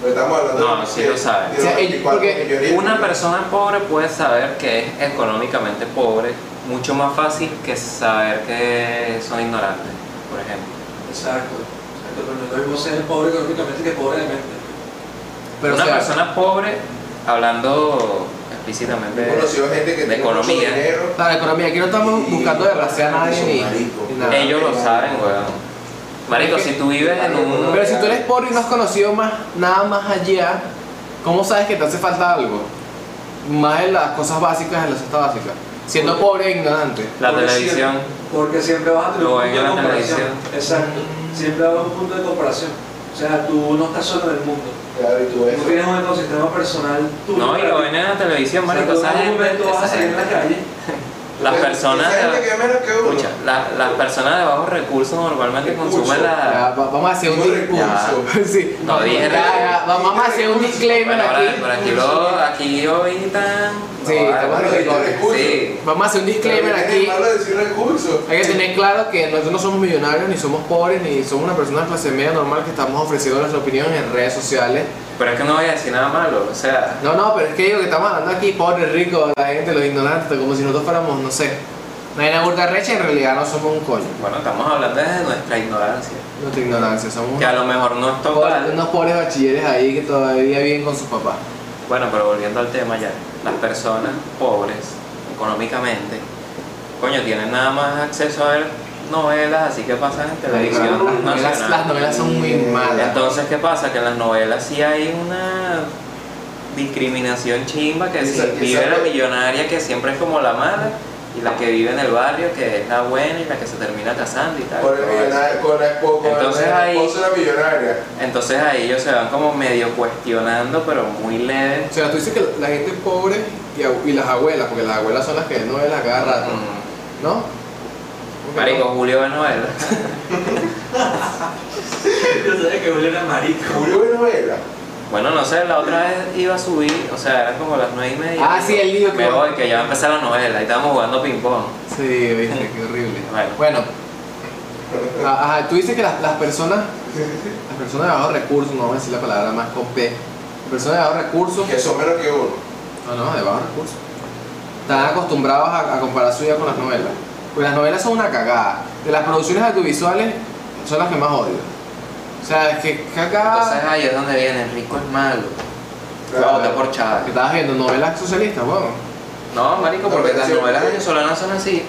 [SPEAKER 3] Pero estamos hablando
[SPEAKER 2] No, sí lo saben.
[SPEAKER 3] de
[SPEAKER 1] O sea,
[SPEAKER 3] los
[SPEAKER 1] ellos-
[SPEAKER 3] 24
[SPEAKER 1] porque
[SPEAKER 3] millones.
[SPEAKER 2] Una persona pobre puede saber que es económicamente pobre mucho más fácil que saber que son ignorantes, por ejemplo.
[SPEAKER 4] Exacto. Exacto, pero no es lo mismo ser pobre económicamente que pobre de mente.
[SPEAKER 1] Pero o
[SPEAKER 2] una
[SPEAKER 1] sea,
[SPEAKER 2] persona pobre, hablando explícitamente
[SPEAKER 3] Yo he
[SPEAKER 2] de,
[SPEAKER 3] conocido gente que
[SPEAKER 2] de
[SPEAKER 3] tiene mucho
[SPEAKER 2] economía.
[SPEAKER 3] dinero.
[SPEAKER 1] la economía, aquí no estamos buscando derraciar a nadie ni, ni nada.
[SPEAKER 2] Ellos lo saben, weón. Marico,
[SPEAKER 1] Es que-
[SPEAKER 2] si tú vives en un...
[SPEAKER 1] Pero si tú eres pobre y no has conocido más, nada más allá, ¿cómo sabes que te hace falta algo? Más en las cosas básicas, en las cosas básicas. Siendo pobre e ignorante.
[SPEAKER 2] La
[SPEAKER 4] Porque
[SPEAKER 2] televisión,
[SPEAKER 4] siempre- porque siempre vas a tener
[SPEAKER 2] Lo
[SPEAKER 4] un
[SPEAKER 2] ven
[SPEAKER 4] punto
[SPEAKER 2] en
[SPEAKER 4] de
[SPEAKER 2] la
[SPEAKER 4] comparación.
[SPEAKER 2] televisión.
[SPEAKER 4] Exacto. Siempre va a haber un punto de comparación. O sea, tú no estás solo en el mundo.
[SPEAKER 3] Claro, y tú ves.
[SPEAKER 4] Tú tienes un ecosistema personal. Tú
[SPEAKER 2] no, y lo ven en la televisión, marico,
[SPEAKER 4] o sea,
[SPEAKER 2] esa
[SPEAKER 4] tú en algún
[SPEAKER 2] gente-
[SPEAKER 4] momento vas a
[SPEAKER 2] esa
[SPEAKER 4] salir en la
[SPEAKER 2] gente-
[SPEAKER 4] calle.
[SPEAKER 2] las personas...
[SPEAKER 3] Esa gente que es menos que uno.
[SPEAKER 2] Escucha, la- las personas de bajos recursos normalmente
[SPEAKER 3] Recursos,
[SPEAKER 2] consumen
[SPEAKER 1] Ya,
[SPEAKER 2] la...
[SPEAKER 1] va- vamos a hacer un
[SPEAKER 3] Yo
[SPEAKER 1] di-
[SPEAKER 3] recurso.
[SPEAKER 1] Sí.
[SPEAKER 2] No, dije
[SPEAKER 1] Ya, ya, va- Vamos a hacer un disclaimer
[SPEAKER 2] Bueno, ahora,
[SPEAKER 1] aquí.
[SPEAKER 2] por aquí lo, aquí hoy tan...
[SPEAKER 1] Sí, estamos
[SPEAKER 2] vale,
[SPEAKER 1] recursos.
[SPEAKER 2] sí.
[SPEAKER 1] Vamos a hacer un disclaimer
[SPEAKER 3] Pero
[SPEAKER 1] aquí.
[SPEAKER 3] Es malo decir recursos.
[SPEAKER 1] Hay que tener claro que nosotros no somos millonarios, ni somos pobres, ni somos una persona de clase media normal que estamos ofreciendo nuestra opinión en redes sociales.
[SPEAKER 2] Pero es que no voy a decir nada malo, o sea,
[SPEAKER 1] No, no, pero es que digo que estamos hablando aquí, pobres, ricos, la gente, los ignorantes, como si nosotros fuéramos, no sé, una vaina burda recha, en realidad no somos un coño.
[SPEAKER 2] bueno, estamos hablando desde nuestra ignorancia.
[SPEAKER 1] Nuestra ignorancia, somos
[SPEAKER 2] Que a lo mejor no es
[SPEAKER 1] unos pobres,
[SPEAKER 2] total.
[SPEAKER 1] unos pobres bachilleres ahí que todavía viven con sus papás.
[SPEAKER 2] Bueno, pero volviendo al tema ya, las personas pobres económicamente, coño, tienen nada más acceso a ver novelas, así que pasan en televisión
[SPEAKER 1] Las novelas,
[SPEAKER 2] nacional.
[SPEAKER 1] las novelas son muy malas.
[SPEAKER 2] Entonces, ¿qué pasa? Que en las novelas sí hay una discriminación chimba, que si
[SPEAKER 3] Esa-
[SPEAKER 2] vive
[SPEAKER 3] esa-
[SPEAKER 2] la millonaria, que siempre es como la mala, y la que vive en el barrio, que es la buena, y la que se termina casando y tal.
[SPEAKER 3] Con el
[SPEAKER 2] todo eso.
[SPEAKER 3] millonario, con la esposa, con
[SPEAKER 2] Entonces
[SPEAKER 3] la
[SPEAKER 2] ahí-
[SPEAKER 3] esposa de la millonaria.
[SPEAKER 2] Entonces ahí ellos se van como medio cuestionando, pero muy leve.
[SPEAKER 1] O sea, tú dices que la gente pobre y, abu- y las abuelas, porque las abuelas son las que ven novelas cada rato,
[SPEAKER 2] Mm.
[SPEAKER 1] ¿no?
[SPEAKER 2] Marico, Julio ve novelas.
[SPEAKER 4] Yo sabía que Julio era marico.
[SPEAKER 3] Julio Venezuela.
[SPEAKER 2] Bueno, no sé, la otra vez iba a subir, o sea, eran como las nueve y media.
[SPEAKER 1] Ah, sí, el lío que
[SPEAKER 2] Me
[SPEAKER 1] va-
[SPEAKER 2] voy, que ya va a empezar la novela, y estábamos jugando ping-pong.
[SPEAKER 1] Sí, viste, qué horrible.
[SPEAKER 2] Bueno.
[SPEAKER 1] Bueno, a- ajá, tú dices que las, las personas, las personas de bajos recursos, no vamos a decir la palabra más con P, las personas de bajos recursos,
[SPEAKER 3] Que son menos que uno.
[SPEAKER 1] no, no, de bajos recursos, están acostumbrados a, a comparar su vida con las novelas. Pues las novelas son una cagada. De las producciones audiovisuales son las que más odio. O sea, es que cagada.
[SPEAKER 2] Entonces ahí es donde viene, el rico es malo. Voy a
[SPEAKER 3] Claro.
[SPEAKER 2] votar por Chávez.
[SPEAKER 1] que estabas viendo novelas socialistas, bueno.
[SPEAKER 2] No, marico, porque las novelas venezolanas son así.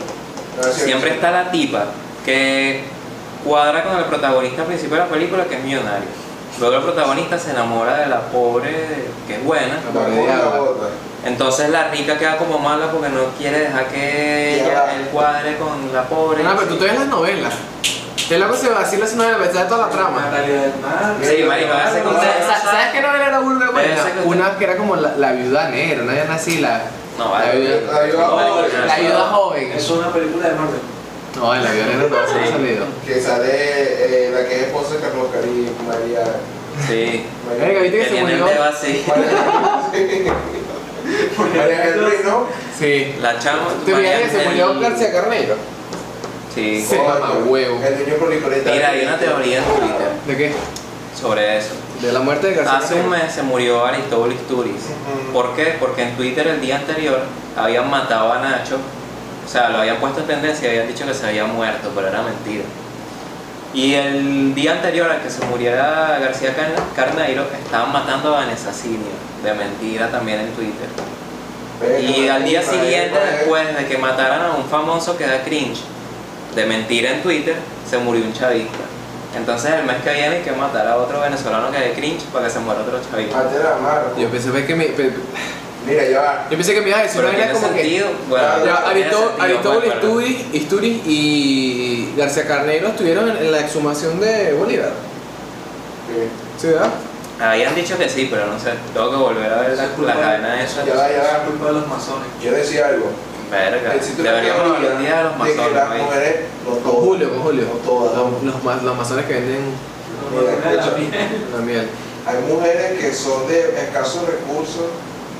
[SPEAKER 3] No, es cierto.
[SPEAKER 2] Siempre está la tipa que cuadra con el protagonista principal de la película, que es millonario. Luego el protagonista se enamora de la pobre, que es buena.
[SPEAKER 3] La
[SPEAKER 1] La
[SPEAKER 3] una, la
[SPEAKER 1] bota.
[SPEAKER 3] otra.
[SPEAKER 2] Entonces la rica queda como mala porque no quiere dejar que
[SPEAKER 3] Ya va.
[SPEAKER 2] ella, él cuadre con la pobre.
[SPEAKER 1] Ah, pero tú te ves las novelas. El loco se vacila esa novela, pero sabe toda la trama.
[SPEAKER 4] Natalia del Mar.
[SPEAKER 2] Sí, marico, a veces con-
[SPEAKER 1] O sea, sa- ¿Sabes qué novela era una buena?
[SPEAKER 2] Esa que usted-
[SPEAKER 1] Una que era como la, la viuda negra, una era así, la,
[SPEAKER 2] No,
[SPEAKER 1] la,
[SPEAKER 2] vale.
[SPEAKER 1] viuda,
[SPEAKER 3] La viuda
[SPEAKER 2] Marico,
[SPEAKER 3] joven.
[SPEAKER 2] no,
[SPEAKER 1] la viuda joven.
[SPEAKER 4] Es una película de Marvel.
[SPEAKER 1] No, en la viuda negra no se ha
[SPEAKER 2] Sí.
[SPEAKER 1] salido.
[SPEAKER 3] Que sale eh, la que es esposa de Carlos Cari, María.
[SPEAKER 2] Sí.
[SPEAKER 1] Verga,
[SPEAKER 3] María
[SPEAKER 1] ¿viste que se
[SPEAKER 2] Tenían el
[SPEAKER 1] murió?
[SPEAKER 2] dedo así.
[SPEAKER 3] María del Rey, ¿no?
[SPEAKER 1] Sí.
[SPEAKER 2] La chamo.
[SPEAKER 1] ¿Te
[SPEAKER 2] María
[SPEAKER 1] fijas que se
[SPEAKER 2] del-
[SPEAKER 1] murió García Carneiro?
[SPEAKER 2] Sí.
[SPEAKER 1] Sí. Mamá, huevo.
[SPEAKER 3] El niño por Nicoleta.
[SPEAKER 2] Mira, hay una teoría en Twitter
[SPEAKER 1] ¿De qué?
[SPEAKER 2] sobre eso.
[SPEAKER 1] De la muerte de García
[SPEAKER 2] Hace un
[SPEAKER 1] Carneiro.
[SPEAKER 2] mes se murió Aristóbulo Isturiz.
[SPEAKER 3] Ujú.
[SPEAKER 2] ¿Por qué? Porque en Twitter el día anterior habían matado a Nacho. O sea, lo habían puesto en tendencia y habían dicho que se había muerto, pero era mentira. Y el día anterior a que se muriera García Car- Carneiro, estaban matando a Vanessa Sinio, de mentira también en Twitter.
[SPEAKER 3] Venga,
[SPEAKER 2] Y al día
[SPEAKER 3] María,
[SPEAKER 2] siguiente,
[SPEAKER 3] María.
[SPEAKER 2] después de que mataran a un famoso que da cringe, de mentira en Twitter, se murió un chavista. Entonces el mes que viene hay que matar a otro venezolano que dé cringe para que se muera otro
[SPEAKER 1] Ah,
[SPEAKER 2] chavista.
[SPEAKER 3] Mate la mano.
[SPEAKER 1] Yo pensé que me, pe- yo
[SPEAKER 3] Mira, ya va.
[SPEAKER 1] pensé que me ibas a decir
[SPEAKER 2] Pero
[SPEAKER 1] una
[SPEAKER 2] tiene
[SPEAKER 1] vaina como que.
[SPEAKER 2] sentido. Bueno,
[SPEAKER 3] Ya,
[SPEAKER 1] Ya,
[SPEAKER 2] tiene
[SPEAKER 1] Aristó-
[SPEAKER 2] sentido,
[SPEAKER 1] Aristóbulo
[SPEAKER 2] pues, pero-
[SPEAKER 1] Isturiz, Isturiz y García Carneiro estuvieron en- en la exhumación de Bolívar.
[SPEAKER 3] Sí.
[SPEAKER 1] Sí, ¿verdad?
[SPEAKER 2] Habían dicho que sí, pero no sé. Tengo que volver a ver la, la cadena esa.
[SPEAKER 3] Ya va, ya
[SPEAKER 4] Es
[SPEAKER 3] va.
[SPEAKER 4] culpa de los masones.
[SPEAKER 3] Yo decía algo.
[SPEAKER 2] Verga.
[SPEAKER 3] Existe una
[SPEAKER 2] Deberíamos
[SPEAKER 3] teoría
[SPEAKER 2] hablar un día de los
[SPEAKER 3] que
[SPEAKER 2] masones.
[SPEAKER 3] las
[SPEAKER 2] güey.
[SPEAKER 3] mujeres, no
[SPEAKER 1] Con
[SPEAKER 3] todas,
[SPEAKER 1] Julio, con Julio.
[SPEAKER 3] no todas,
[SPEAKER 1] Los,
[SPEAKER 3] no.
[SPEAKER 1] los, ma- los masones que venden
[SPEAKER 4] Los
[SPEAKER 3] Mira,
[SPEAKER 4] masones de la
[SPEAKER 3] escucha.
[SPEAKER 4] piel.
[SPEAKER 1] la miel.
[SPEAKER 3] Hay mujeres que son de escasos recursos,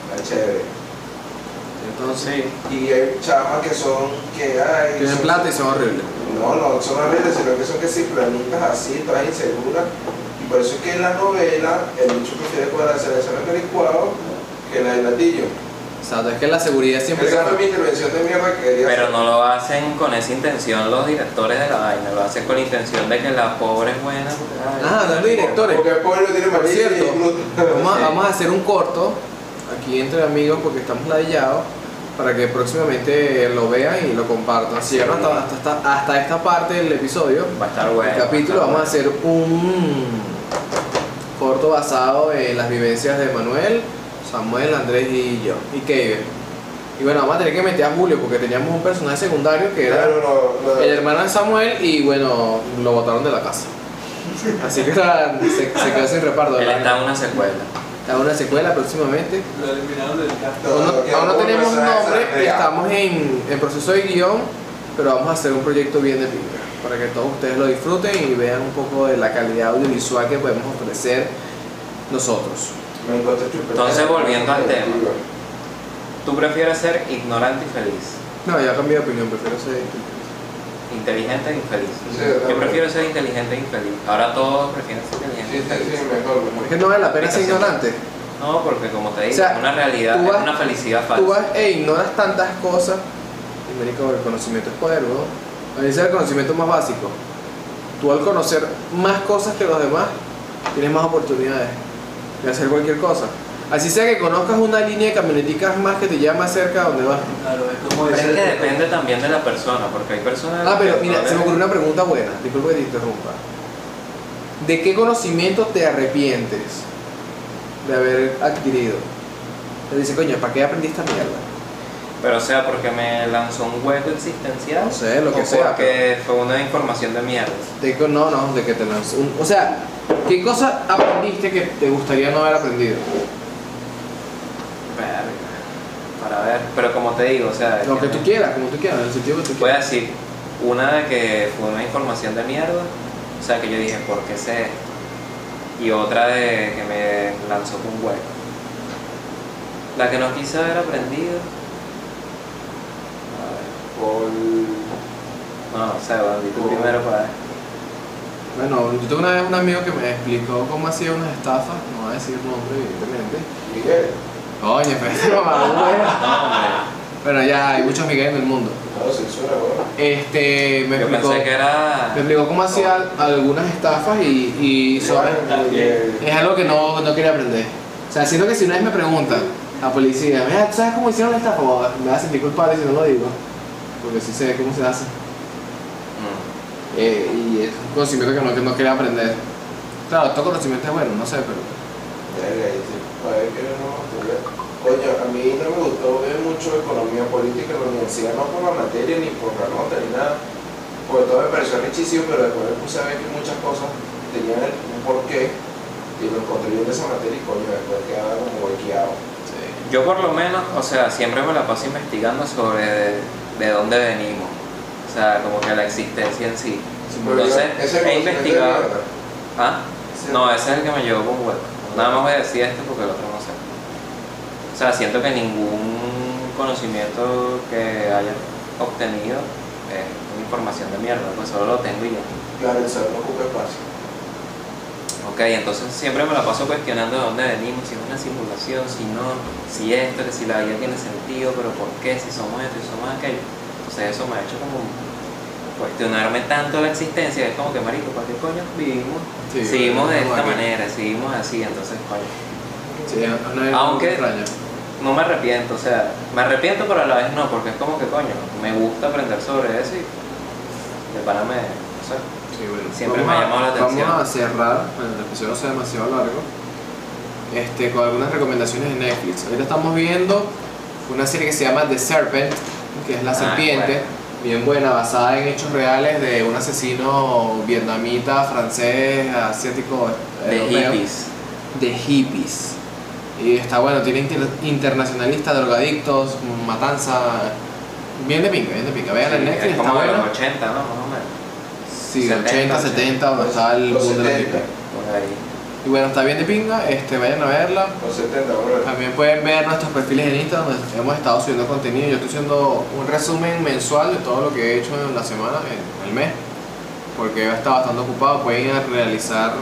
[SPEAKER 3] está chévere.
[SPEAKER 1] Entonces,
[SPEAKER 2] Sí.
[SPEAKER 3] Y hay chamas que son, que hay.
[SPEAKER 1] tienen plata y son horribles.
[SPEAKER 3] No, no, son horribles, sino que son que si planitas así, todas inseguras. Y por eso es que en la novela, el bicho prefiere con la selección de licuado que la del latillo.
[SPEAKER 1] Exacto, es que la seguridad siempre
[SPEAKER 3] Esa fue mi
[SPEAKER 1] se
[SPEAKER 3] intervención de mierda que quería
[SPEAKER 2] Pero
[SPEAKER 3] hacer.
[SPEAKER 2] no lo hacen con esa intención los directores de la vaina, lo hacen con la intención de que la pobre es buena. Ay,
[SPEAKER 1] Ah, hablando de directores.
[SPEAKER 3] Porque el pueblo tiene
[SPEAKER 1] Por
[SPEAKER 3] malicia
[SPEAKER 1] cierto,
[SPEAKER 3] y
[SPEAKER 1] Vamos a,
[SPEAKER 2] Sí.
[SPEAKER 1] vamos a hacer un corto aquí entre amigos porque estamos ladillados para que próximamente lo vean y lo compartan. Si llegaron hasta, hasta, esta- hasta esta parte del episodio,
[SPEAKER 2] Va a estar bueno.
[SPEAKER 1] el capítulo,
[SPEAKER 2] va
[SPEAKER 1] vamos a
[SPEAKER 2] estar
[SPEAKER 1] hacer un corto basado en las vivencias de Manuel, Samuel, Andrés y yo, y Kevin. Y bueno, vamos a tener que meter a Julio porque teníamos un personaje secundario que era
[SPEAKER 3] Claro, no, no.
[SPEAKER 1] el hermano de Samuel y bueno, lo botaron de la casa. Así que era- se, se quedó sin reparto.
[SPEAKER 2] bueno. Él
[SPEAKER 1] la-
[SPEAKER 2] está en una secuela.
[SPEAKER 1] Habrá una secuela próximamente.
[SPEAKER 4] Lo eliminaron del cast.
[SPEAKER 1] Aún no,
[SPEAKER 3] Todavía
[SPEAKER 1] aún no
[SPEAKER 3] puedo
[SPEAKER 1] tenemos
[SPEAKER 3] empezar a
[SPEAKER 1] nombre,
[SPEAKER 3] desarrollar.
[SPEAKER 1] estamos en, en proceso de guión, pero vamos a hacer un proyecto bien de pinta para que todos ustedes lo disfruten y vean un poco de la calidad audiovisual que podemos ofrecer nosotros.
[SPEAKER 3] Me encontré chupetón.
[SPEAKER 2] Entonces, volviendo al tema. Tú prefieres ser ignorante y feliz,
[SPEAKER 1] No, ya cambié de opinión, prefiero ser.
[SPEAKER 2] inteligente e infeliz.
[SPEAKER 3] Sí, verdad.
[SPEAKER 2] Yo prefiero ser inteligente e infeliz. Ahora todos prefieren ser inteligentes e
[SPEAKER 3] Sí, sí,
[SPEAKER 2] infeliz.
[SPEAKER 3] sí, mejor,
[SPEAKER 1] Es
[SPEAKER 3] mejor.
[SPEAKER 1] que no vale la pena ser
[SPEAKER 2] Explicación.
[SPEAKER 1] ignorante.
[SPEAKER 2] No, porque como te digo,
[SPEAKER 1] O sea,
[SPEAKER 2] es una realidad,
[SPEAKER 1] tú vas-
[SPEAKER 2] es una felicidad
[SPEAKER 1] Tú
[SPEAKER 2] falsa.
[SPEAKER 1] vas e ignoras tantas cosas. Y marico, el conocimiento es poder, ¿no? Ese es el conocimiento más básico. Tú al conocer más cosas que los demás, tienes más oportunidades de hacer cualquier cosa. Así sea que conozcas una línea de camioneticas más que te lleva más cerca a donde vas.
[SPEAKER 4] Claro, es como
[SPEAKER 2] Pero es
[SPEAKER 4] dice.
[SPEAKER 2] que depende también de la persona, porque hay personas.
[SPEAKER 1] Ah, pero
[SPEAKER 2] que
[SPEAKER 1] mira, se me ocurrió una pregunta buena. Disculpa que te interrumpa. ¿De qué conocimiento te arrepientes de haber adquirido? Te dice, coño, ¿para qué aprendiste esta mierda?
[SPEAKER 2] Pero o sea, porque me lanzó un hueco existencial.
[SPEAKER 1] No sé, lo que
[SPEAKER 2] o
[SPEAKER 1] sea,
[SPEAKER 2] Porque fue una información de mierda.
[SPEAKER 1] De que- no, no, de que te lanzó. un- o sea, ¿qué cosa aprendiste que te gustaría no haber aprendido?
[SPEAKER 2] Verga. Para ver. Pero como te digo, o sea.
[SPEAKER 1] Lo que tú quieras, como tú quieras, en el sentido que tú
[SPEAKER 2] Voy a
[SPEAKER 1] quieras.
[SPEAKER 2] decir, una de que fue una información de mierda, o sea que yo dije, ¿por qué sé esto? Y otra de que me lanzó con un hueco. La que no quise haber aprendido. A
[SPEAKER 3] Por...
[SPEAKER 2] ver, No, no sé, bueno, di tú primero para ver.
[SPEAKER 1] Bueno, yo tengo una vez un amigo que me explicó cómo hacía unas estafas, no voy a decir nombre, evidentemente.
[SPEAKER 3] Miguel.
[SPEAKER 1] Coño, pero ese mamadura.
[SPEAKER 2] No, hombre.
[SPEAKER 1] Bueno, ya hay muchos Miguel en el mundo.
[SPEAKER 3] No, censura, weón.
[SPEAKER 1] Este, me
[SPEAKER 2] yo
[SPEAKER 1] explicó,
[SPEAKER 2] pensé que era.
[SPEAKER 1] me explicó cómo hacía algunas estafas y, y sobre-
[SPEAKER 3] Miguel.
[SPEAKER 1] es algo que no, no quería aprender. O sea, siento que si una vez me preguntan a policía, "Mira, ¿tú ¿sabes cómo hicieron la estafa? Me va a sentir culpable si no lo digo, porque sí sé cómo se hace.
[SPEAKER 2] Mm,
[SPEAKER 1] Eh, y es un conocimiento que no, que no quería aprender. Claro, todo conocimiento es bueno, no sé, pero...
[SPEAKER 3] Verga, y te- para ver que no, joder. Coño, a mí no me gustó ver mucho economía política en la universidad, no por la materia, ni por la nota, ni nada. Porque todo me pareció richísimo, pero después me puse a ver que muchas cosas tenían el- un porqué, y lo encontré yo en esa materia, y coño, después quedaba como huequeado.
[SPEAKER 2] Yo por lo menos, o sea, siempre me la paso investigando sobre de, de dónde venimos. O sea, como que la existencia en sí.
[SPEAKER 3] Pero yo-
[SPEAKER 2] Entonces,
[SPEAKER 3] ese
[SPEAKER 2] he
[SPEAKER 3] conocimiento de
[SPEAKER 2] investigado.
[SPEAKER 3] mierda.
[SPEAKER 2] ¿Ah?
[SPEAKER 3] Sí.
[SPEAKER 2] No, ese es el que me llevó con hueco. Nada más voy a decir esto porque el otro no sé. O sea, siento que ningún conocimiento que haya obtenido es una información de mierda, pues solo lo tengo y ya.
[SPEAKER 3] Claro, el saber no ocupa espacio.
[SPEAKER 2] Ok, entonces siempre me la paso cuestionando de dónde venimos, si es una simulación, si no, si esto, que si la vida tiene sentido, pero por qué, si somos esto y somos aquello. Entonces eso me ha hecho como cuestionarme tanto la existencia, es como que marico, ¿para qué coño vivimos?
[SPEAKER 1] Sí,
[SPEAKER 2] seguimos de
[SPEAKER 1] como
[SPEAKER 2] esta
[SPEAKER 1] aquí.
[SPEAKER 2] manera, seguimos así, entonces coño.
[SPEAKER 1] Sí, es una vez
[SPEAKER 2] Aunque-
[SPEAKER 1] extraña.
[SPEAKER 2] No me arrepiento, o sea, me arrepiento pero a la vez no, porque es como que coño, me gusta aprender sobre eso y de pana me, no sé. Siempre me ha
[SPEAKER 1] Vamos a-
[SPEAKER 2] llamado la atención.
[SPEAKER 1] Vamos a cerrar, bueno, el episodio no sea demasiado largo, este, con algunas recomendaciones de Netflix. Ahorita estamos viendo una serie que se llama The Serpent, que es La
[SPEAKER 2] Ah,
[SPEAKER 1] Serpiente,
[SPEAKER 2] bueno.
[SPEAKER 1] bien buena, basada en hechos reales de un asesino vietnamita, francés, asiático,
[SPEAKER 2] De
[SPEAKER 1] europeo,
[SPEAKER 2] hippies.
[SPEAKER 1] de hippies. Y está bueno, tiene inter- internacionalistas, drogadictos, matanza. Bien de pinga, bien de pinga. Vean en
[SPEAKER 2] Sí,
[SPEAKER 1] Netflix,
[SPEAKER 2] es
[SPEAKER 1] está
[SPEAKER 2] como de
[SPEAKER 1] buena.
[SPEAKER 2] los 80, ¿no? Más o menos.
[SPEAKER 1] Sí,
[SPEAKER 2] 70,
[SPEAKER 1] 80, 70, donde estaba el
[SPEAKER 3] Los
[SPEAKER 1] boom de los
[SPEAKER 3] 70.
[SPEAKER 1] hippies.
[SPEAKER 2] Por ahí.
[SPEAKER 1] Y bueno, está bien de pinga, este, vayan a verla.
[SPEAKER 3] Los 70, bro.
[SPEAKER 1] También pueden ver nuestros perfiles en Instagram, donde hemos estado subiendo contenido. Yo estoy haciendo un resumen mensual de todo lo que he hecho en la semana, en el mes, porque yo estado bastante ocupado. Pueden ir a realizar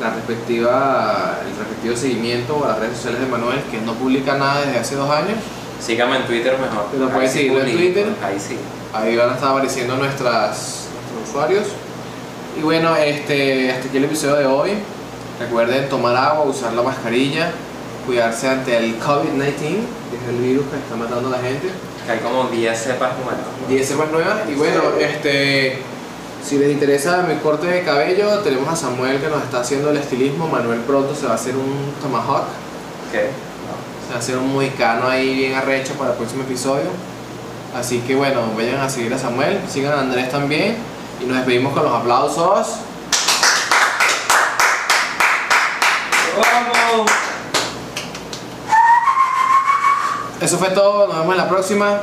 [SPEAKER 1] la respectiva, el respectivo seguimiento a las redes sociales de Manuel, que no publica nada desde hace dos años.
[SPEAKER 2] Sígame en Twitter mejor.
[SPEAKER 1] Pero
[SPEAKER 2] Ahí
[SPEAKER 1] puedes
[SPEAKER 2] sí
[SPEAKER 1] seguirlo en
[SPEAKER 2] publico,
[SPEAKER 1] Twitter.
[SPEAKER 2] Ahí sí.
[SPEAKER 1] Ahí van a estar apareciendo nuestras, nuestros usuarios. Y bueno, este, hasta aquí el episodio de hoy. Recuerden tomar agua, usar la mascarilla, cuidarse ante el COVID-19, que es el virus que está matando a la gente.
[SPEAKER 2] Que hay como 10 cepas nuevas. ¿no?
[SPEAKER 1] 10 cepas nuevas. Y bueno,
[SPEAKER 3] Sí.
[SPEAKER 1] este, si les interesa mi corte de cabello, tenemos a Samuel que nos está haciendo el estilismo. Manuel pronto se va a hacer un tomahawk.
[SPEAKER 2] ¿Qué?
[SPEAKER 1] Se va a hacer un mohicano ahí bien arrecho para el próximo episodio. Así que bueno, vayan a seguir a Samuel, sigan a Andrés también. Y nos despedimos con los aplausos.
[SPEAKER 2] ¡Vamos!
[SPEAKER 1] Eso fue todo, nos vemos en la próxima.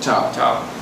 [SPEAKER 1] Chao.
[SPEAKER 2] Chao.